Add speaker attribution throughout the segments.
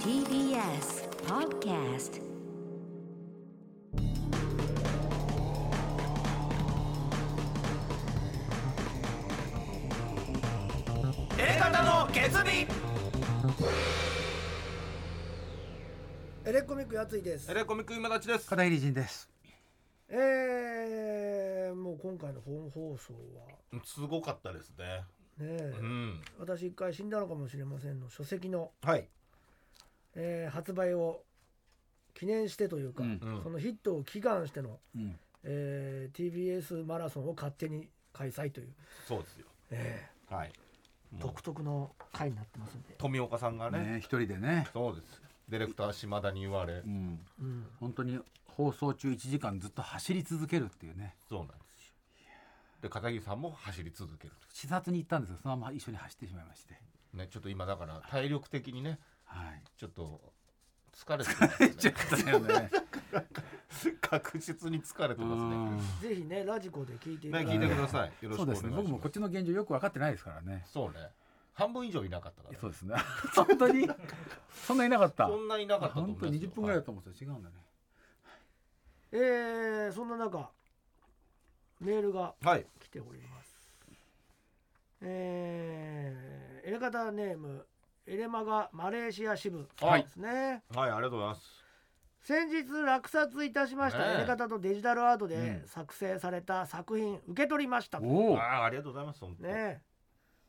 Speaker 1: TBS Podcast
Speaker 2: 方の決意
Speaker 3: エレコミックやついです
Speaker 2: エ。レコミック今立ちです
Speaker 4: 片桐仁です。
Speaker 3: えー、もう今回の本放送は
Speaker 2: すごかったですね
Speaker 3: ねえ、
Speaker 2: うん
Speaker 3: 私一回死んだのかもしれませんの書籍の、
Speaker 2: はい
Speaker 3: えー発売を記念してというか、
Speaker 2: うん
Speaker 3: そのヒットを祈願しての、
Speaker 4: ん
Speaker 3: えー TBS マラソンを勝手に開催という、
Speaker 2: そうですよ
Speaker 3: え
Speaker 2: はい
Speaker 3: ー独特の回になってますんで、
Speaker 2: 富岡さんがね
Speaker 4: ね、一人でね。
Speaker 2: そうですディレクター島田に言われ、
Speaker 4: うん。
Speaker 3: うん、
Speaker 4: 本当に放送中1時間ずっと走り続けるっていうね。
Speaker 2: そうなんですよで片桐さんも走り続ける
Speaker 4: 視察に行ったんですよ。そのまま一緒に走ってしまいまして。
Speaker 2: とねちょっと今だから体力的にね
Speaker 4: はい。
Speaker 2: ちょっと疲れてますね
Speaker 4: ちょっとね。
Speaker 2: 確実に疲れて
Speaker 4: う
Speaker 2: ます
Speaker 4: ん
Speaker 3: ぜひねラジコで聞いてい
Speaker 2: ね
Speaker 3: ただ
Speaker 2: ね
Speaker 3: い
Speaker 2: 聞い
Speaker 3: て、
Speaker 2: てくださいよろしく
Speaker 4: そ
Speaker 2: お
Speaker 4: う
Speaker 2: 願
Speaker 4: で
Speaker 2: いし
Speaker 4: すね。
Speaker 2: ます
Speaker 4: 僕もこっちの現状よく分かってないですからね。
Speaker 2: そうね半分以上いなかったから
Speaker 4: そう
Speaker 2: ね
Speaker 4: ですね。 本当にそんないなかった。
Speaker 2: そんないなかったと思いま
Speaker 4: 本
Speaker 2: す
Speaker 4: 当
Speaker 2: よ
Speaker 4: 20分ぐらいだと思ったら違うんだね。
Speaker 3: えーそんな中メールが
Speaker 2: はい
Speaker 3: 来ております。えー、エレカタネームエレマガマレーシア支部
Speaker 2: はい
Speaker 3: ですね。
Speaker 2: はいありがとうございます
Speaker 3: 先日落札いたしました、
Speaker 2: ねえ
Speaker 3: エレカタとデジタルアート
Speaker 4: う
Speaker 3: で
Speaker 4: ん
Speaker 3: 作成された作品受け取りました。ね
Speaker 4: お
Speaker 2: あーありがとうございます本当
Speaker 3: え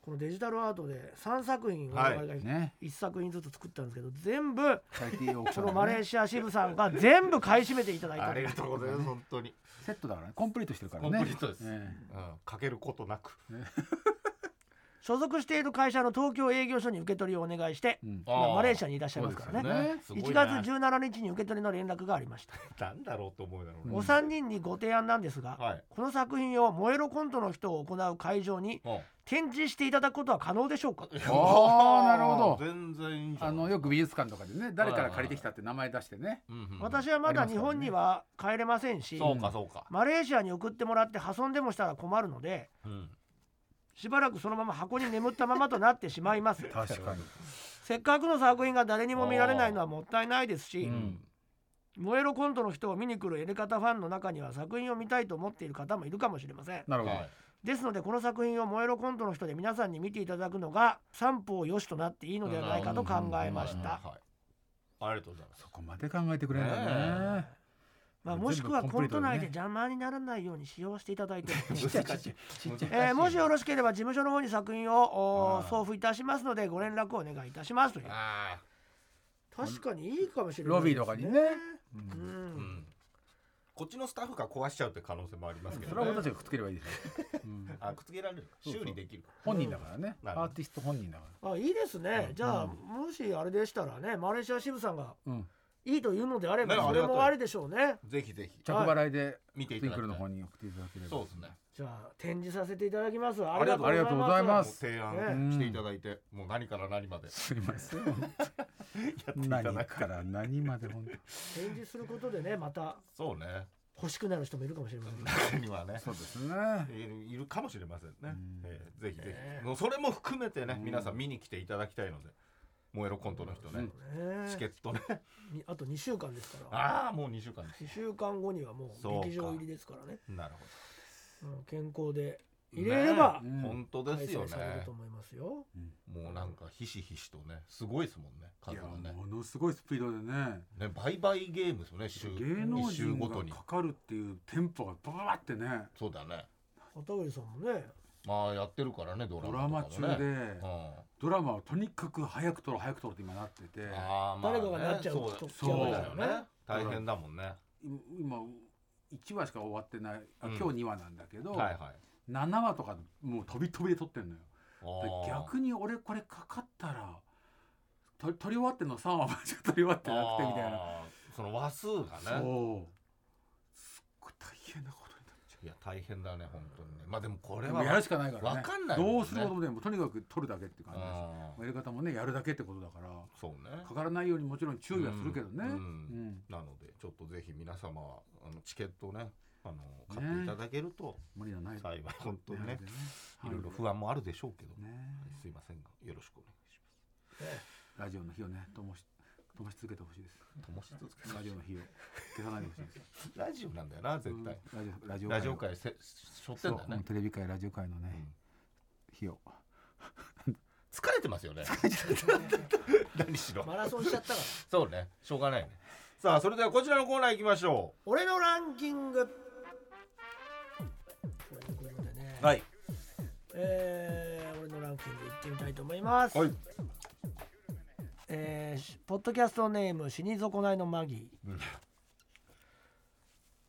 Speaker 3: このデジタルアートで3作品
Speaker 2: は
Speaker 3: 我
Speaker 2: い
Speaker 3: 々が
Speaker 4: お。ね。
Speaker 3: 1作品ずつ作ったんですけど、全部
Speaker 4: 最近奥さ
Speaker 3: この
Speaker 4: んが
Speaker 3: マレー
Speaker 4: ね。
Speaker 3: シア支部さんが全部買い占めていただいた
Speaker 2: あ
Speaker 3: と
Speaker 2: りがとうございます本当に
Speaker 4: セットだからね。コンプリートしてるからね。
Speaker 2: コンプリートです
Speaker 4: ええ
Speaker 2: うん、かけることなく。
Speaker 3: 所属している会社の東京営業所に受け取りをお願いして、
Speaker 4: うん
Speaker 2: あー
Speaker 3: マレーシアにいらっしゃいますからね
Speaker 2: すごい
Speaker 3: 1
Speaker 2: ね
Speaker 3: 月17日に受け取りの連絡がありました、
Speaker 2: なんだろうと思うだろうね
Speaker 3: お三人にご提案なんですが、
Speaker 2: はい
Speaker 3: この作品を「燃えろコント」の人を行う会場に
Speaker 2: うん
Speaker 3: 展示していただくことは可能でしょうか
Speaker 4: あーなるほど
Speaker 2: 全然いいじゃ
Speaker 4: あ
Speaker 2: ん。
Speaker 4: のよく美術館とかでね誰から借りてきたって名前出してね
Speaker 2: うんうんうん
Speaker 3: 私はまだ
Speaker 4: あり
Speaker 3: 日
Speaker 4: ますからね
Speaker 3: 本には帰れませんし、
Speaker 2: そうかそうか。
Speaker 3: マレーシアに送ってもらって破損でもしたら困るので
Speaker 2: うん。
Speaker 3: しばらくそのまま箱に眠ったままとなってしま います
Speaker 4: 確かに
Speaker 3: せっかくの作品が誰にも見られないのはもったいないですし、
Speaker 2: うん
Speaker 3: 燃えろコントの人を見に来るエレカタファンの中には作品を見たいと思っている方もいるかもしれません
Speaker 4: なるほど、
Speaker 2: はい
Speaker 3: ですのでこの作品を「燃えろコント」の人で皆さんに見ていただくのが三方よしとなっていいのではないかと考えまし
Speaker 2: うん
Speaker 3: た、
Speaker 2: はいありがとうございます
Speaker 4: そ。こまで考えてくれるんだね
Speaker 2: ね
Speaker 3: まあ、
Speaker 4: 全部
Speaker 3: もしくはコント内で
Speaker 4: コンプリートでね
Speaker 3: 邪魔にならないように使用していただいて、
Speaker 2: 難しい。
Speaker 3: えーもしよろしければ事務所の方に作品をお
Speaker 2: あー
Speaker 3: 送付いたしますのでご連絡をお願いいたしますという
Speaker 2: あ
Speaker 3: 確かにいいかもしれない
Speaker 4: ロビーとかにね、
Speaker 3: う
Speaker 2: あ。うんん。こっちのスタッフが壊しちゃうって可能性もありますけ
Speaker 4: そ
Speaker 2: ど
Speaker 4: れ
Speaker 2: ね。
Speaker 4: は俺たちがくっつければいいでしょ、うん
Speaker 2: あくっつけられる。
Speaker 4: そうそう
Speaker 2: 修理できる。
Speaker 4: 本人だからね、
Speaker 2: なるほど
Speaker 4: アーティスト本人だか
Speaker 3: あいいですね
Speaker 2: うん
Speaker 3: じゃあ
Speaker 4: うん
Speaker 3: もしあれでしたらねマレーシア支部さんが
Speaker 4: ら、うん、
Speaker 3: いいというのであれば
Speaker 2: ね
Speaker 3: それ
Speaker 2: ありがた
Speaker 3: も
Speaker 2: い
Speaker 3: ありでしょうね
Speaker 2: ぜひぜひ。
Speaker 4: 着払いで
Speaker 2: 見ていた
Speaker 4: ツイ
Speaker 2: だ
Speaker 4: ン
Speaker 2: きた
Speaker 4: クル
Speaker 2: い
Speaker 4: の方に送っていただければ
Speaker 2: そうですね。
Speaker 3: じゃあ展示させていただきますあ
Speaker 2: ありがとう
Speaker 4: ありがとうございま
Speaker 2: もう
Speaker 4: す
Speaker 2: 提案
Speaker 4: ね
Speaker 2: していただいて、もう何から何まで。
Speaker 4: すいませ ん本
Speaker 2: やって
Speaker 4: 当
Speaker 2: いた
Speaker 4: に
Speaker 2: だい
Speaker 4: 何
Speaker 2: て
Speaker 4: から何まで本
Speaker 3: 展示することでねまた
Speaker 2: そうね。
Speaker 3: 欲しくなる人もいるかもしれませんね
Speaker 2: 中にはね
Speaker 4: 当。そうですね
Speaker 2: いるいるかもしれませんね
Speaker 4: ん。
Speaker 2: えーぜひぜ
Speaker 3: ね
Speaker 2: ひ。もうそれも含めてね
Speaker 4: う、ん
Speaker 2: 皆さん見に来ていただきたいので、燃えろコントの人ね、チケット ね。
Speaker 3: にあと2週間ですから
Speaker 2: ああ、もう2週間で
Speaker 3: 2週間後にはも
Speaker 2: そう
Speaker 3: う
Speaker 2: か
Speaker 3: 劇場入りですからね
Speaker 2: す。なるほ
Speaker 3: うん健康で
Speaker 2: ど。
Speaker 3: 入れれ
Speaker 2: ね
Speaker 3: ば
Speaker 2: え
Speaker 4: うん
Speaker 2: 本当
Speaker 3: 開
Speaker 2: ですよ
Speaker 3: 催される
Speaker 2: ね
Speaker 3: と。思いますよ
Speaker 2: もうなんかひしひしとね、すごいですもんね、
Speaker 4: い
Speaker 2: 数
Speaker 4: や
Speaker 2: がね。
Speaker 4: ものすごいスピードでね
Speaker 2: ね、倍々ゲームですよね、週、
Speaker 4: 芸能
Speaker 2: 1週
Speaker 4: 人
Speaker 2: ごと
Speaker 4: が
Speaker 2: に。
Speaker 4: かかるっていうテンポがバババってね
Speaker 2: そうだね。
Speaker 3: 片桐さんもね
Speaker 2: まあやってるからね、ドラ
Speaker 4: ドラ
Speaker 2: マ
Speaker 4: マ
Speaker 2: と
Speaker 4: 中
Speaker 2: かもね。
Speaker 4: で、
Speaker 2: うん。
Speaker 4: ドラマをとにかく早く撮ろう早く撮ろうって今なってて
Speaker 2: あー
Speaker 3: 誰かがなっちゃう
Speaker 2: そう
Speaker 3: と
Speaker 2: そうだよ
Speaker 3: そうだよ
Speaker 2: ね
Speaker 3: ね。
Speaker 2: 大変だもんね。
Speaker 4: 今今1話しか終わってないあ
Speaker 2: うん
Speaker 4: 今日2話なんだけど、
Speaker 2: はいはい。
Speaker 4: 7話とかもう飛び飛びで撮ってんのよで
Speaker 2: あー
Speaker 4: 逆に俺これかかったらと撮り終わってんの3話までしか撮り終わってなくてみたいな
Speaker 2: あーその話数がね
Speaker 4: そうすっごい大変なことになっち
Speaker 2: いや大変だね本当にねまあでもこれ
Speaker 4: ゃう
Speaker 2: は
Speaker 4: やるしかないからね
Speaker 2: わかんないもんね
Speaker 4: どうすることもでもとにかく撮るだけって感じだし
Speaker 2: あー
Speaker 4: やり方もねやるだけってことだから
Speaker 2: そうね
Speaker 4: かからないようにもちろん注意はするけどね、
Speaker 2: うん
Speaker 4: うん
Speaker 2: なのでちょっとぜひ皆様はあのチケットをねあの買っていただけると
Speaker 4: 無理のない
Speaker 2: 幸い本当にねいろいろ
Speaker 4: 安
Speaker 2: 不安もあるでしょうけど
Speaker 4: ね
Speaker 2: すいませんがよろしくお願いし
Speaker 3: ね
Speaker 4: ラジオの火をね灯し灯し続けてほしいです
Speaker 2: ともし続け
Speaker 4: ラジオの火を消さないでほしいです
Speaker 2: ラジオなんだよな絶対、
Speaker 4: うんラジオ
Speaker 2: ラジオ
Speaker 4: を
Speaker 2: 界せしょって
Speaker 4: そ
Speaker 2: ん
Speaker 4: う
Speaker 2: だよ
Speaker 4: う
Speaker 2: ね
Speaker 4: ん、テレビ界ラジオ界のね、
Speaker 2: うん
Speaker 4: 火を
Speaker 2: 疲れてますよね何しろ
Speaker 3: マラソンし ちゃったから
Speaker 2: そうねしょうがないねさあそれではこちらのコーナー行きましょ
Speaker 3: 俺のランキングということでね
Speaker 2: うはい
Speaker 3: えー俺のランキングいってみたいと思います、
Speaker 2: はい
Speaker 3: えーしポッドキャストネーム死に損ないのマギー、
Speaker 2: うん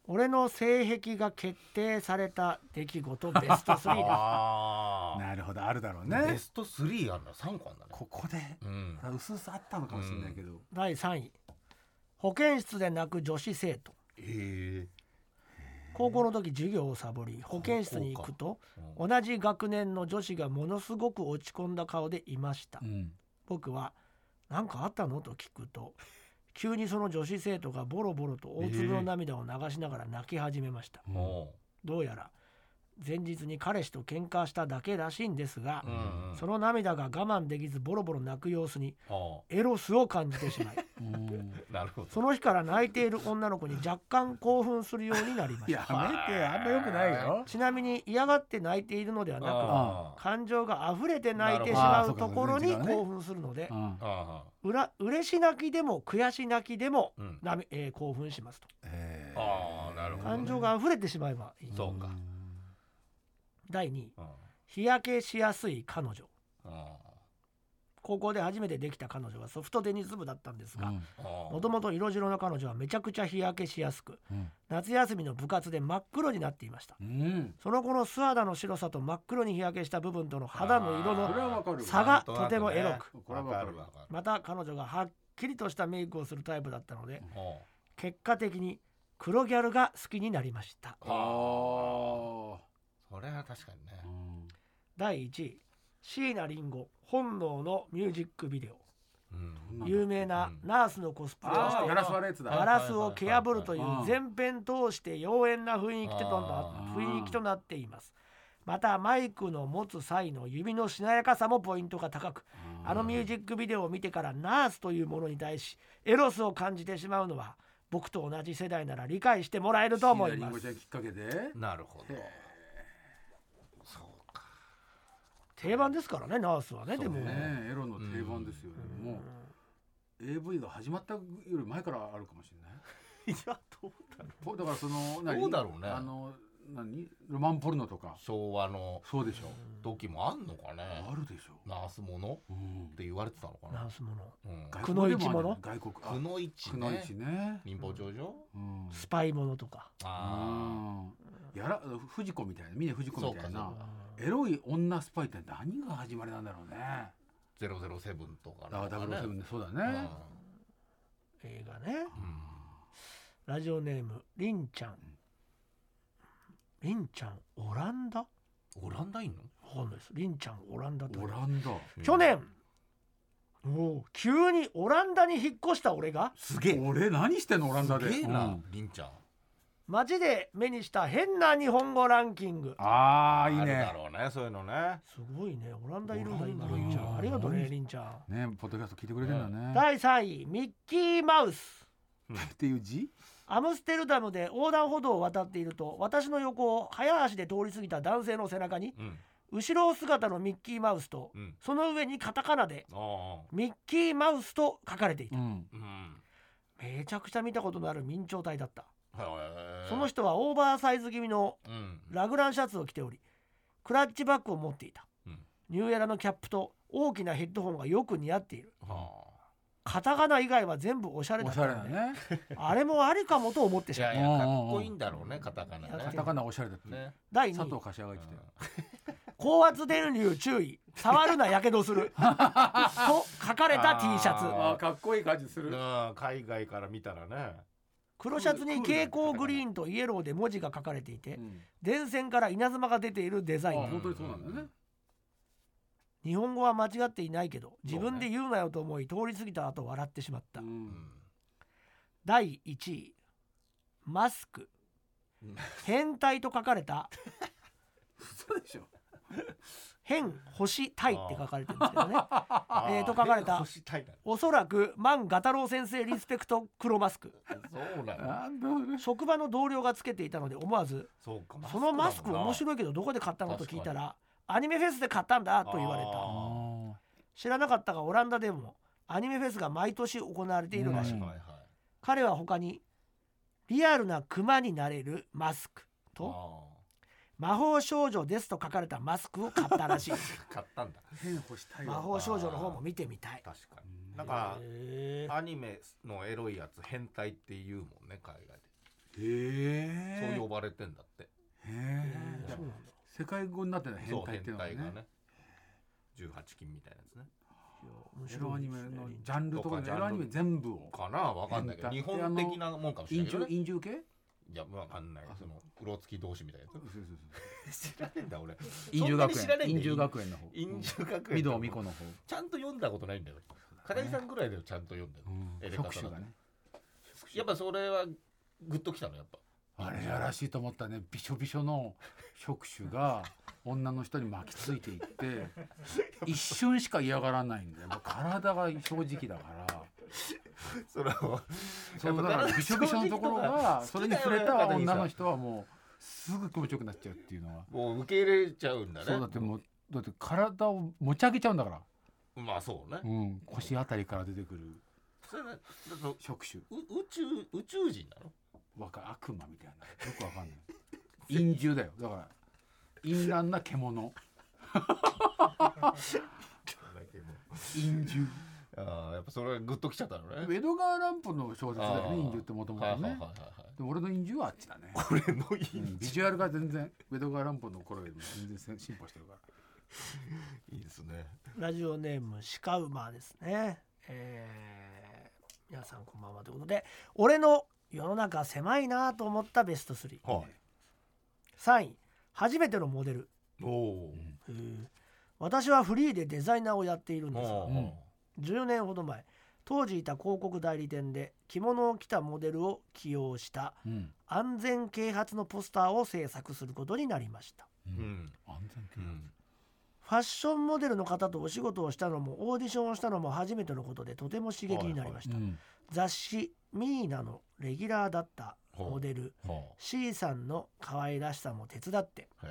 Speaker 3: 俺の性癖が決定された出来事ベスト3です
Speaker 2: あ
Speaker 4: なるほどあるだろう
Speaker 2: あ、ベ
Speaker 4: ね
Speaker 2: スト3あんだ3個あんだね
Speaker 4: ここで
Speaker 2: うん
Speaker 4: うすうすあったのかもしれないけど、
Speaker 3: 第3位保健室で泣く女子生徒
Speaker 2: ええ
Speaker 3: 高校の時授業をサボり保健室に行くと同じ学年の女子がものすごく落ち込んだ顔でいました
Speaker 4: うん
Speaker 3: 僕は「何かあったの?」と聞くと急にその女子生徒がボロボロと大粒の涙を流しながら泣き始めました、
Speaker 2: も
Speaker 3: どうやら前日に彼氏と喧嘩しただけらしいんですが
Speaker 2: う、うんうん
Speaker 3: その涙が我慢できずボロボロ泣く様子に
Speaker 2: あ
Speaker 3: エロスを感じてしまい
Speaker 2: あなるほど
Speaker 3: その日から泣いている女の子に若干興奮するようになりました
Speaker 4: やめてあんま良くないよ
Speaker 3: ちなみに嫌がって泣いているのではな
Speaker 2: あ
Speaker 3: く
Speaker 2: あ
Speaker 3: 感情が溢れて泣いてし
Speaker 4: な
Speaker 3: ま
Speaker 4: るほ
Speaker 3: う
Speaker 4: ど
Speaker 3: ところ
Speaker 4: あ
Speaker 3: に
Speaker 4: あそうかそうか
Speaker 3: 興奮するので
Speaker 4: うん
Speaker 2: あ
Speaker 3: うら嬉し泣きでも悔し泣きでも
Speaker 2: あうん
Speaker 3: なみ、えー興奮しますと
Speaker 4: えー
Speaker 2: ああなるほど
Speaker 3: 感情が溢れてしまえばいい
Speaker 2: そうか
Speaker 3: 第2位
Speaker 2: あ
Speaker 3: 日焼けしやすい彼女
Speaker 2: あ
Speaker 3: 高校で初めてできた彼女はソフトテニス部だったんです
Speaker 4: う
Speaker 3: が
Speaker 4: ん
Speaker 2: あ
Speaker 3: もともと色白の彼女はめちゃくちゃ日焼けしやすく
Speaker 4: うん
Speaker 3: 夏休みの部活で真っ黒になっていました
Speaker 4: うん
Speaker 3: その子の素肌の白さと真っ黒に日焼けした部分との肌の色
Speaker 2: あ
Speaker 4: そ
Speaker 2: ー
Speaker 4: れ
Speaker 3: の
Speaker 4: はわかる
Speaker 3: 差がとてもエロく
Speaker 4: これはわかる
Speaker 2: わかる
Speaker 3: また彼女がはっきりとしたメイクをするタイプだったので
Speaker 2: あ
Speaker 3: 結果的に黒ギャルが好きになりました
Speaker 4: あー
Speaker 2: それは確かにね
Speaker 4: うん
Speaker 3: 第1位椎名林檎本能のミュージックビデオ
Speaker 2: うん
Speaker 4: なんだ
Speaker 3: 有名なナースのコスプレをし
Speaker 4: あ
Speaker 3: て
Speaker 4: ーガラスワレーツ
Speaker 2: は
Speaker 3: ガ
Speaker 4: だ
Speaker 2: い
Speaker 3: ラスを蹴破るという
Speaker 4: はいはいはい
Speaker 3: 前編通して妖艶な雰囲気とな
Speaker 4: あー
Speaker 3: 雰囲気となっていますまたマイクの持つ際の指のしなやかさもポイントが高くあのミュージックビデオを見てからナースというものに対しエロスを感じてしまうのは僕と同じ世代なら理解してもらえると思いま
Speaker 4: シーナリンゴちゃん
Speaker 3: す
Speaker 4: きっかけで
Speaker 2: なるほど
Speaker 4: へ
Speaker 2: そうか
Speaker 3: 定番ですからねナースはねでも
Speaker 2: そうね
Speaker 4: ねエロの定番ですよねもう AV が始まったより前からあるかもしれない
Speaker 2: いやどうだろ
Speaker 4: ぽだからその何
Speaker 2: どうだろうね
Speaker 4: あの何ロマンポルノとか
Speaker 2: う昭和の
Speaker 4: そうでしょ
Speaker 2: 時もあんのかね
Speaker 4: あるでしょ
Speaker 2: ナースもの
Speaker 4: うん
Speaker 2: って言われてたのか
Speaker 3: ナ
Speaker 2: な
Speaker 3: ースもの
Speaker 2: うん
Speaker 4: 外国でもある
Speaker 3: くの一もの
Speaker 4: 外国
Speaker 2: くのいち
Speaker 4: くのいち
Speaker 2: ね
Speaker 4: ね
Speaker 2: 民法上場
Speaker 4: うん
Speaker 3: スパイものとか
Speaker 2: あ
Speaker 4: うんやら藤子みたいな峰藤子みたい
Speaker 2: そう
Speaker 4: な
Speaker 2: か
Speaker 4: エロい女スパイって何が始まりなんだろうね
Speaker 2: あ007とか
Speaker 4: だからダブルセブンでそうだ
Speaker 2: う
Speaker 4: ね
Speaker 3: 映画ね
Speaker 2: ん
Speaker 3: ラジオネームりんちゃんりんちゃんオランダ
Speaker 2: オランダいんの
Speaker 3: わかんないですりんちゃんオランダと
Speaker 4: オランダ
Speaker 3: 去年おう急にオランダに引っ越した俺が
Speaker 2: すげえ
Speaker 4: 俺何してんのオランダです
Speaker 2: げえ
Speaker 4: う
Speaker 2: なんりんちゃん
Speaker 3: 街で目にした変な日本語ランキング
Speaker 4: ああいい
Speaker 2: あるだ
Speaker 4: ね
Speaker 2: ろうねそういうのね
Speaker 3: すごいねオランダいるんだ今
Speaker 4: オランダ
Speaker 3: りんちゃんありがとう
Speaker 4: う
Speaker 3: ね
Speaker 4: ん
Speaker 3: りんちゃん
Speaker 4: ねポッドキャスト聞いてくれてるんだね
Speaker 3: 第3位ミッキーマウス
Speaker 4: っていう字
Speaker 3: アムステルダムで横断歩道を渡っていると私の横を早足で通り過ぎた男性の背中に
Speaker 2: うん
Speaker 3: 後ろ姿のミッキーマウスと
Speaker 2: うん
Speaker 3: その上にカタカナで
Speaker 2: ああ
Speaker 3: ミッキーマウスと書かれていた
Speaker 4: ん
Speaker 2: うん
Speaker 3: めちゃくちゃ見たことのある明朝体だった
Speaker 2: へえ
Speaker 3: その人はオーバーサイズ気味の
Speaker 2: うん
Speaker 3: ラグランシャツを着ておりクラッチバッグを持っていた
Speaker 2: うん
Speaker 3: ニューエラのキャップと大きなヘッドホンがよく似合っている
Speaker 2: はあ
Speaker 3: カタカナ以外は全部おしゃれだ
Speaker 4: お
Speaker 3: っ
Speaker 4: しゃ
Speaker 3: た
Speaker 4: れ
Speaker 3: ので、
Speaker 4: だね
Speaker 3: あれもありかもと思って
Speaker 2: い
Speaker 3: しまう
Speaker 2: やいやかっこいいんだろうねカタカナね
Speaker 4: カタカナおしゃれだって
Speaker 2: ね
Speaker 3: 第
Speaker 4: 佐
Speaker 3: 2
Speaker 4: 藤
Speaker 3: 位
Speaker 4: 柏が来て
Speaker 3: 高圧電流注意触るなやけどす ると書かれた T シャツ
Speaker 2: あー
Speaker 4: かっこいい感じす
Speaker 2: うん海外から見たらね
Speaker 3: 黒シャツに蛍光グリーンとイエローで文字が書かれていて
Speaker 4: うん
Speaker 3: 電線から稲妻が出ているデザ
Speaker 4: あ
Speaker 3: イン
Speaker 4: 本当にそうなんだね
Speaker 3: 日本語は間違っていないけど自分で言うなよと思い通り過ぎた後笑ってしまった、
Speaker 4: うん
Speaker 3: 第1位マスク
Speaker 2: うん
Speaker 3: 変態と書かれた
Speaker 4: 嘘でしょ
Speaker 3: 変星体って書かれてるんですけどね えーと書かれた
Speaker 2: 星タイだ
Speaker 3: おそらく万ガタロウ先生リスペクト黒マスク
Speaker 2: そうだよ
Speaker 4: なんだろうね
Speaker 3: 職場の同僚がつけていたので思わず
Speaker 2: そうか
Speaker 3: そのマスク
Speaker 2: だもんな
Speaker 3: 面白いけどどこで買ったのと聞いた
Speaker 2: 確
Speaker 3: らアニメフェスで買ったんだと言われ
Speaker 2: あ
Speaker 3: た
Speaker 2: ー
Speaker 3: 知らなかったがオランダでもアニメフェスが毎年行われているらしい、
Speaker 4: うん
Speaker 2: はいはいはい
Speaker 3: 彼は他にリアルなクマになれるマスクと魔法少女ですと書かれたマスクを買ったらしい
Speaker 2: あー買ったんだ
Speaker 4: 変をしたい
Speaker 3: 魔
Speaker 4: わ
Speaker 3: 法少女の方も見てみたい
Speaker 2: 確か
Speaker 4: うん
Speaker 2: にだか
Speaker 3: へー
Speaker 2: らアニメのエロいやつ変態って言うもんね海外
Speaker 4: へえ
Speaker 2: でそう呼ばれてんだって
Speaker 4: へ
Speaker 3: へー
Speaker 4: え
Speaker 3: そうなんだ
Speaker 4: 世界語になってない変
Speaker 2: そう
Speaker 4: 態っ
Speaker 2: 変
Speaker 4: ていうのは
Speaker 2: 態が
Speaker 4: ね
Speaker 2: ね18金みたいなやつね
Speaker 3: いや面
Speaker 4: エ
Speaker 3: 白い
Speaker 4: ロアニメ
Speaker 3: ですね
Speaker 4: のジャンルとか
Speaker 2: と
Speaker 4: エ
Speaker 2: か
Speaker 4: ロアニメ全部を
Speaker 2: かなわかんないけど日
Speaker 4: 変態
Speaker 2: 本的なもんかもしれ
Speaker 4: 陰
Speaker 2: ないけどね
Speaker 4: 獣陰獣系
Speaker 2: いやわかんないそのうろつき同士みたいな
Speaker 4: そうそうそう
Speaker 2: やつ知らねえんだ俺
Speaker 4: 陰獣学
Speaker 2: そんなに知
Speaker 4: 園
Speaker 2: らねえんだよ
Speaker 4: 陰獣学園の方
Speaker 2: 陰獣学園
Speaker 4: 御堂美子の方
Speaker 2: ちゃんと読んだことないんだよ片木さんぐらいでちゃんと読んだよエレカタだ
Speaker 4: 触手がね
Speaker 2: やっぱそれはグッときたのやっぱ
Speaker 4: あれらしいと思ったねびしょびしょの触手が女の人に巻きついてい って一瞬しか嫌がらないんだよもう体が正直だから
Speaker 2: それは
Speaker 4: そうだからびしょびしょのところがそれに触れた女の人はもうすぐ気持ちよくなっちゃうっていうのは
Speaker 2: もう受け入れちゃうんだね
Speaker 4: そうだってもうだって体を持ち上げちゃうんだから、
Speaker 2: まあそうね
Speaker 4: うん、腰あたりから出てくる
Speaker 2: それねだと
Speaker 4: 触手
Speaker 2: う宇宙宇宙人なの
Speaker 4: 若い悪魔みたいなよくわかんない陰獣だよだから陰乱な獣陰獣
Speaker 2: ああやっぱそれはグッときちゃったのね
Speaker 4: 江戸川乱歩の小説だよ
Speaker 2: あ
Speaker 4: ね
Speaker 2: ー
Speaker 4: 陰獣ってもとも
Speaker 2: はい
Speaker 4: と
Speaker 2: はいはい
Speaker 4: ね
Speaker 2: はい
Speaker 4: でも俺の陰獣はあっちだね、
Speaker 2: これのい
Speaker 4: うんビジュアルが全然江戸川乱歩の頃よりも全然進歩してるから
Speaker 2: いいですね
Speaker 3: ラジオネームシカウマですね。えー皆さんこんばんはということで、俺の世の中狭いなと思ったベスト3。
Speaker 2: は
Speaker 3: 3位、初めてのモデル。
Speaker 2: いおお
Speaker 3: えー私はフリーでデザイナーをやっているんですが
Speaker 2: あ、
Speaker 4: うん
Speaker 3: 10年ほど前、当時いた広告代理店で着物を着たモデルを起用した
Speaker 4: うん
Speaker 3: 安全啓発のポスターを制作することになりました。
Speaker 4: う
Speaker 2: うんん
Speaker 4: 安全
Speaker 2: う
Speaker 4: 圏
Speaker 2: ん
Speaker 3: ファッションモデルの方とお仕事をしたのもオーディションをしたのも初めてのことでとても刺激になりました。
Speaker 4: うん
Speaker 3: 雑誌「ミーナ」のレギュラーだったモデル
Speaker 2: は
Speaker 3: C さんの可愛らしさも手伝って
Speaker 2: あへ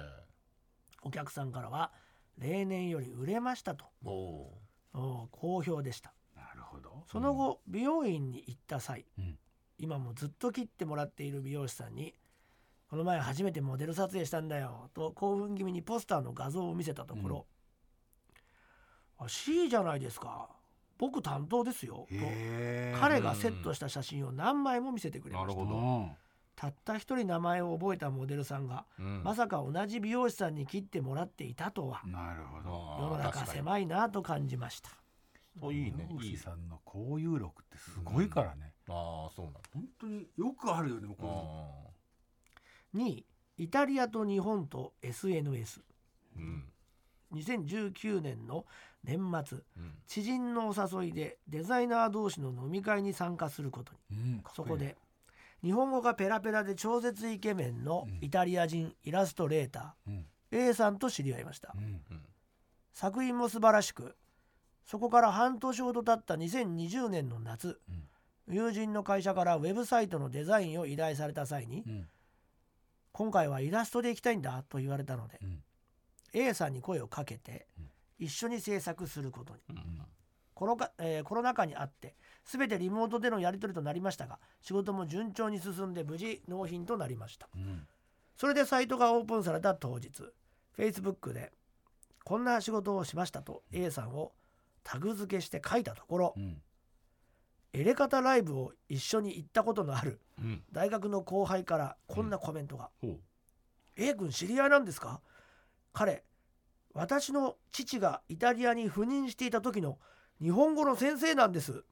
Speaker 3: お客さんからは例年より売れましたと
Speaker 2: えおお
Speaker 3: おー好評でした
Speaker 4: なるほど
Speaker 3: その後、美容院に行った際、
Speaker 4: うん
Speaker 3: 今もずっと切ってもらっている美容師さんに「この前初めてモデル撮影したんだよ」と興奮気味にポスターの画像を見せたところ「あ C じゃないですか僕担当ですよ」と
Speaker 4: へー
Speaker 3: 彼がセットした写真を何枚も見せてくれま
Speaker 2: な
Speaker 3: した
Speaker 2: るほど
Speaker 4: うん
Speaker 3: たった一人名前を覚えたモデルさんが、
Speaker 2: うん
Speaker 3: まさか同じ美容師さんに切ってもらっていたとは
Speaker 4: なるほど。
Speaker 3: 世の
Speaker 2: ああ
Speaker 3: 中
Speaker 2: 確かに
Speaker 3: 狭いなと感じました
Speaker 2: おいいね
Speaker 4: 美
Speaker 2: い
Speaker 4: 容師
Speaker 2: い
Speaker 4: さんの交友録ってすごいからね。
Speaker 2: ああそうな
Speaker 4: 本当によくあるよね、こういうの
Speaker 2: のああ
Speaker 3: 2位イタリアと日本と SNS2019
Speaker 2: うん
Speaker 3: 年の年末
Speaker 2: うん
Speaker 3: 知人のお誘いでデザイナー同士の飲み会に参加することに
Speaker 4: うん
Speaker 3: そこ。で日本語がペラペラで超絶イケメンのイタリア人イラストレータ
Speaker 4: うん
Speaker 3: ー A さんと知り合いました
Speaker 4: うん
Speaker 2: うん
Speaker 3: 作品も素晴らしくそこから半年ほど経った2020年の夏、友人の会社からウェブサイトのデザインを依頼された際に、
Speaker 4: うん
Speaker 3: 今回はイラストで行きたいんだと言われたので、
Speaker 4: うん
Speaker 3: A さんに声をかけて、一緒に制作することに
Speaker 2: うん
Speaker 3: コロ,、えーコロナ禍にあって全てリモートでのやり取りとなりましたが仕事も順調に進んで無事納品となりました
Speaker 4: うん
Speaker 3: それでサイトがオープンされた当日 Facebook で「こんな仕事をしました」と A さんをタグ付けして書いたところ
Speaker 4: うん
Speaker 3: エレカタライブを一緒に行ったことのある
Speaker 2: うん
Speaker 3: 大学の後輩からこんなコメントが
Speaker 2: ほう
Speaker 3: 「A 君知り合いなんですか?」彼私の父がイタリアに赴任していた時の日本語の先生なんです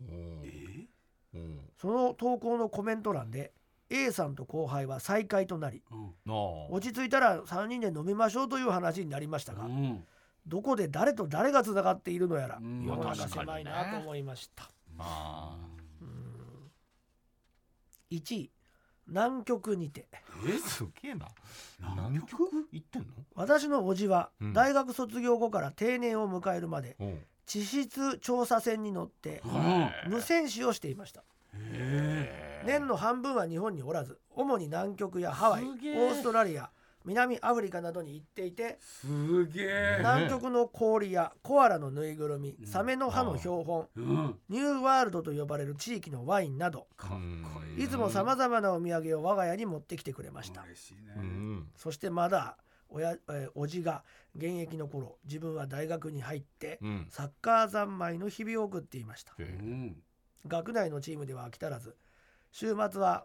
Speaker 2: うん
Speaker 4: え
Speaker 2: うん
Speaker 3: その投稿のコメント欄で A さんと後輩は再会となり
Speaker 4: うん
Speaker 2: なあ
Speaker 3: 落ち着いたら3人で飲みましょうという話になりましたが
Speaker 4: うん
Speaker 3: どこで誰と誰がつながっているのやら
Speaker 4: うん
Speaker 3: 世の中
Speaker 2: 確かに
Speaker 3: 狭いなと思いました、
Speaker 2: ああ
Speaker 3: 1位南極にて
Speaker 2: えすげえな
Speaker 4: 南
Speaker 2: 南
Speaker 4: 極
Speaker 2: 極行ってんの
Speaker 3: 私の叔父は
Speaker 2: うん
Speaker 3: 大学卒業後から定年を迎えるまで
Speaker 2: おう
Speaker 3: 地質調査船に乗って
Speaker 4: うん
Speaker 3: 無線使をしていました
Speaker 4: え
Speaker 3: 年の半分は日本におらず主に南極やハワイオ
Speaker 4: すげえ
Speaker 3: ーストラリア南アフリカなどに行っていて
Speaker 4: すげえ
Speaker 3: 南極の氷やコアラのぬいぐるみ
Speaker 4: うん
Speaker 3: サメの歯の標本
Speaker 4: うん
Speaker 3: ニューワールドと呼ばれる地域のワインなど
Speaker 4: かっこいい
Speaker 3: いつもさまざまなお土産を我が家に持ってきてくれました
Speaker 4: 嬉しいね、
Speaker 2: うん
Speaker 3: そしてまだ親、えー、おじが現役の頃自分は大学に入って
Speaker 2: うん
Speaker 3: サッカー三昧の日々を送っていました
Speaker 2: へ
Speaker 4: う
Speaker 2: え
Speaker 4: ん
Speaker 3: 学内のチームでは飽き足らず週末は、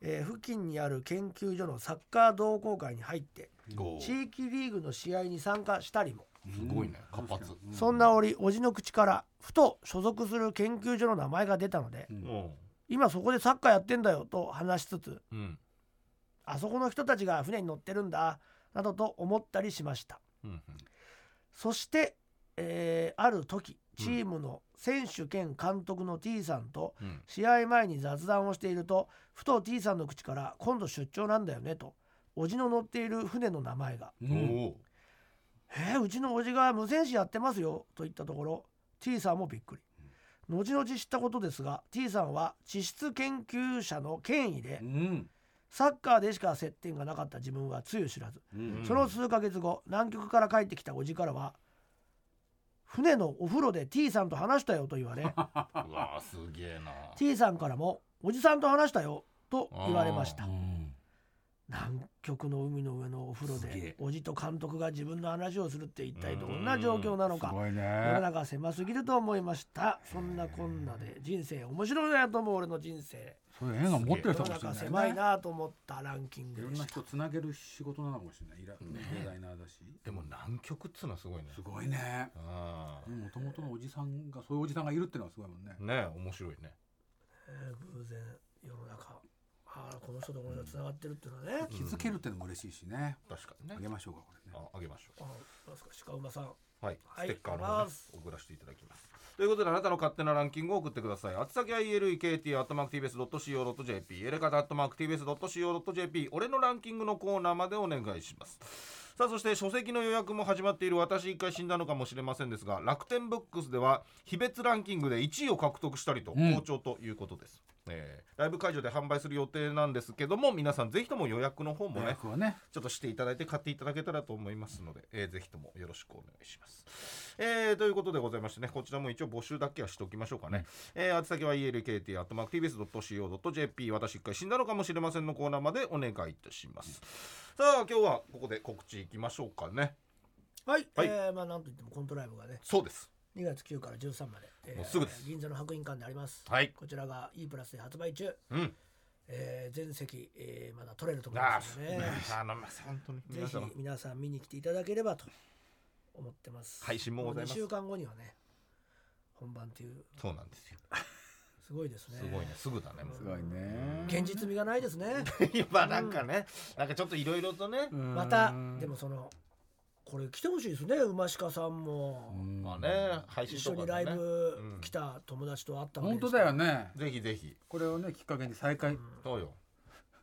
Speaker 3: えー付近にある研究所のサッカー同好会に入って
Speaker 2: おう
Speaker 3: 地域リーグの試合に参加したりも
Speaker 4: す
Speaker 2: ごいね活発
Speaker 3: そんな折おじの口からふと所属する研究所の名前が出たので
Speaker 4: うん
Speaker 2: おう
Speaker 3: 今そこでサッカーやってんだよと話しつつ
Speaker 2: うん
Speaker 3: あそこの人たちが船に乗ってるんだなどと思ったりしました
Speaker 2: うん
Speaker 3: そして、えーある時チームの選手兼監督の T さんと
Speaker 2: うん
Speaker 3: 試合前に雑談をしているとふと T さんの口から「今度出張なんだよね」とおじの乗っている船の名前が
Speaker 4: う
Speaker 2: うん
Speaker 4: ん
Speaker 2: おう
Speaker 3: 「えーうちのおじが無線士やってますよ」と言ったところ T さんもびっくり。後々知ったことですが T さんは地質研究者の権威で
Speaker 4: うん
Speaker 3: サッカーでしか接点がなかった自分はつゆ知らず
Speaker 4: うん
Speaker 3: その数ヶ月後南極から帰ってきたおじからは船のお風呂で T さんと話したよと 言われ
Speaker 2: うわあすげえな
Speaker 3: T さんからも「おじさんと話したよ」と言われました
Speaker 4: うん
Speaker 3: 南極の海の上のお風呂
Speaker 4: すげえ
Speaker 3: でおじと監督が自分の話をするって一体どんな状況なの
Speaker 4: す
Speaker 3: か
Speaker 4: ごい
Speaker 3: 世の
Speaker 4: ね
Speaker 3: 中狭すぎると思いましたそんなこんなで人生面白いなと思う俺の人生
Speaker 4: そういう映画持って
Speaker 3: 世
Speaker 4: る
Speaker 3: の
Speaker 4: 人か
Speaker 3: 中
Speaker 4: もしれないね
Speaker 3: 狭いなと思ったランキン
Speaker 4: い
Speaker 3: グ
Speaker 4: ろん
Speaker 3: で
Speaker 4: な
Speaker 3: した
Speaker 4: 人つなげる仕事なのかもしれないイラデザイナーだし
Speaker 2: でも南極っつうのはすごいね
Speaker 4: すごいね
Speaker 2: ああ
Speaker 4: もともとのおじさんがそういうおじさんがいるってのはすごいもんね
Speaker 2: ねえ面白いね
Speaker 3: えー偶然世の中ああこの人とこの人つながってるっていうのはね
Speaker 4: 気づけるってのも嬉しいしね
Speaker 2: 確か
Speaker 4: あ
Speaker 2: に
Speaker 4: げ
Speaker 2: ね
Speaker 4: ましょうかこれね
Speaker 2: ああげましょう
Speaker 3: あなんすか鹿馬さん
Speaker 2: はい、
Speaker 3: はい
Speaker 2: ステッカーの
Speaker 3: あ
Speaker 2: 方ね
Speaker 3: りがとうございます
Speaker 2: 送らせていただきます。ということで、あなたの勝手なランキングを送ってください。あつ先は elekt.tbs.co.jp、エレカタ .tbs.co.jp、俺のランキングのコーナーまでお願いします。さあ、そして書籍の予約も始まっている私一回死んだのかもしれませんですが、楽天ブックスでは、非別ランキングで1位を獲得したりと、
Speaker 4: ん
Speaker 2: 好調ということです。えーライブ会場で販売する予定なんですけども、皆さんぜひとも予約の方も
Speaker 4: 予
Speaker 2: ね、
Speaker 4: 約はね
Speaker 2: ちょっとしていただいて買っていただけたらと思いますので、えーぜひともよろしくお願いします。えーということでございましてね、こちらも一応募集だけはしておきましょうかね。えー、宛先は elkt.mactvs.co.jp 私一回死んだのかもしれませんのコーナーまでお願いいたします。さあ、今日はここで告知いきましょうかね。
Speaker 3: はい、
Speaker 2: はい
Speaker 3: えーまあなんといってもコントライブがね
Speaker 2: そうです。
Speaker 3: 2月9から13まで、えー
Speaker 2: もうすぐです
Speaker 3: 銀座の白銀館であります、
Speaker 2: はい
Speaker 3: こちらが E プラスで発売中、
Speaker 2: うん。
Speaker 3: えー、全席、えーまだ取れると思い
Speaker 2: あ
Speaker 3: ま
Speaker 2: あ、
Speaker 3: す
Speaker 2: そ
Speaker 3: の
Speaker 2: う
Speaker 3: で、
Speaker 2: ね
Speaker 3: ね、
Speaker 2: あの、まあ、本当に
Speaker 3: ぜ
Speaker 2: 皆
Speaker 3: ひ
Speaker 2: 様。
Speaker 3: 皆さん見に来ていただければと思ってます
Speaker 2: 配信もございます
Speaker 3: う2週間後にはね本番っていう
Speaker 2: そうなんですよ。
Speaker 3: すごいですね
Speaker 2: すごいね。すぐだね。もう
Speaker 4: すごいね
Speaker 3: 現実味がないですね
Speaker 2: 今なんかね、なんかちょっといろいろとね、
Speaker 3: またでもそのこれ来てほしいですね馬鹿さんも、
Speaker 2: まあね、配信
Speaker 3: 一
Speaker 2: と
Speaker 3: 緒
Speaker 2: か
Speaker 3: に
Speaker 2: で
Speaker 3: ライ
Speaker 2: ね
Speaker 3: ブ
Speaker 2: うん
Speaker 3: 来た友達と会ったわけ
Speaker 4: 本
Speaker 3: で
Speaker 4: 当
Speaker 3: すか
Speaker 4: だ
Speaker 3: ら
Speaker 4: よね
Speaker 2: ぜひぜひ。
Speaker 4: これをねきっかけに再開
Speaker 2: そうよ。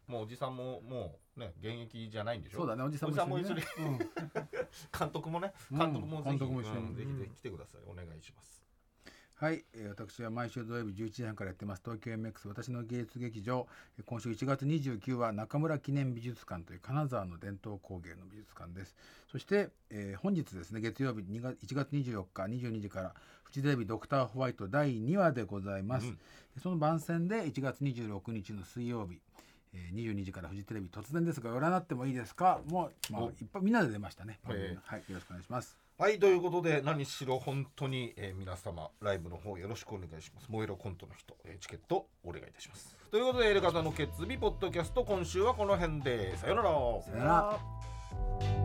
Speaker 2: もうおじさんももうね現役じゃないんでしょ。
Speaker 4: そうだねおじさん
Speaker 2: おじさんも
Speaker 4: も
Speaker 2: 一
Speaker 4: 一
Speaker 2: 緒
Speaker 4: 緒
Speaker 2: に
Speaker 4: に
Speaker 2: 監督もね。
Speaker 4: うん
Speaker 2: 監督もぜひ、
Speaker 4: 監督も一緒に
Speaker 2: うんぜひぜひ来てください。お願いします。
Speaker 4: はい、えー私は毎週土曜日11時半からやってます東京 MX 私の芸術劇場えー今週1月29日は中村記念美術館という金沢の伝統工芸の美術館ですそして、えー本日ですね月曜日2月1月24日22時からフジテレビドクターホワイト第2話でございます、
Speaker 2: うん
Speaker 4: その番宣で1月26日の水曜日えー22時からフジテレビ突然ですが占ってもいいですかもう、まあ
Speaker 2: お、
Speaker 4: いっぱいみんなで出ましたね、
Speaker 2: へー
Speaker 4: はいよろしくお願いします
Speaker 2: はいということで何しろ本当に、えー皆様ライブの方よろしくお願いします。燃えろコントの人、えーチケットお願いいたします。ということでエレガタの決意ポッドキャスト今週はこの辺でさよなら。
Speaker 4: さよなら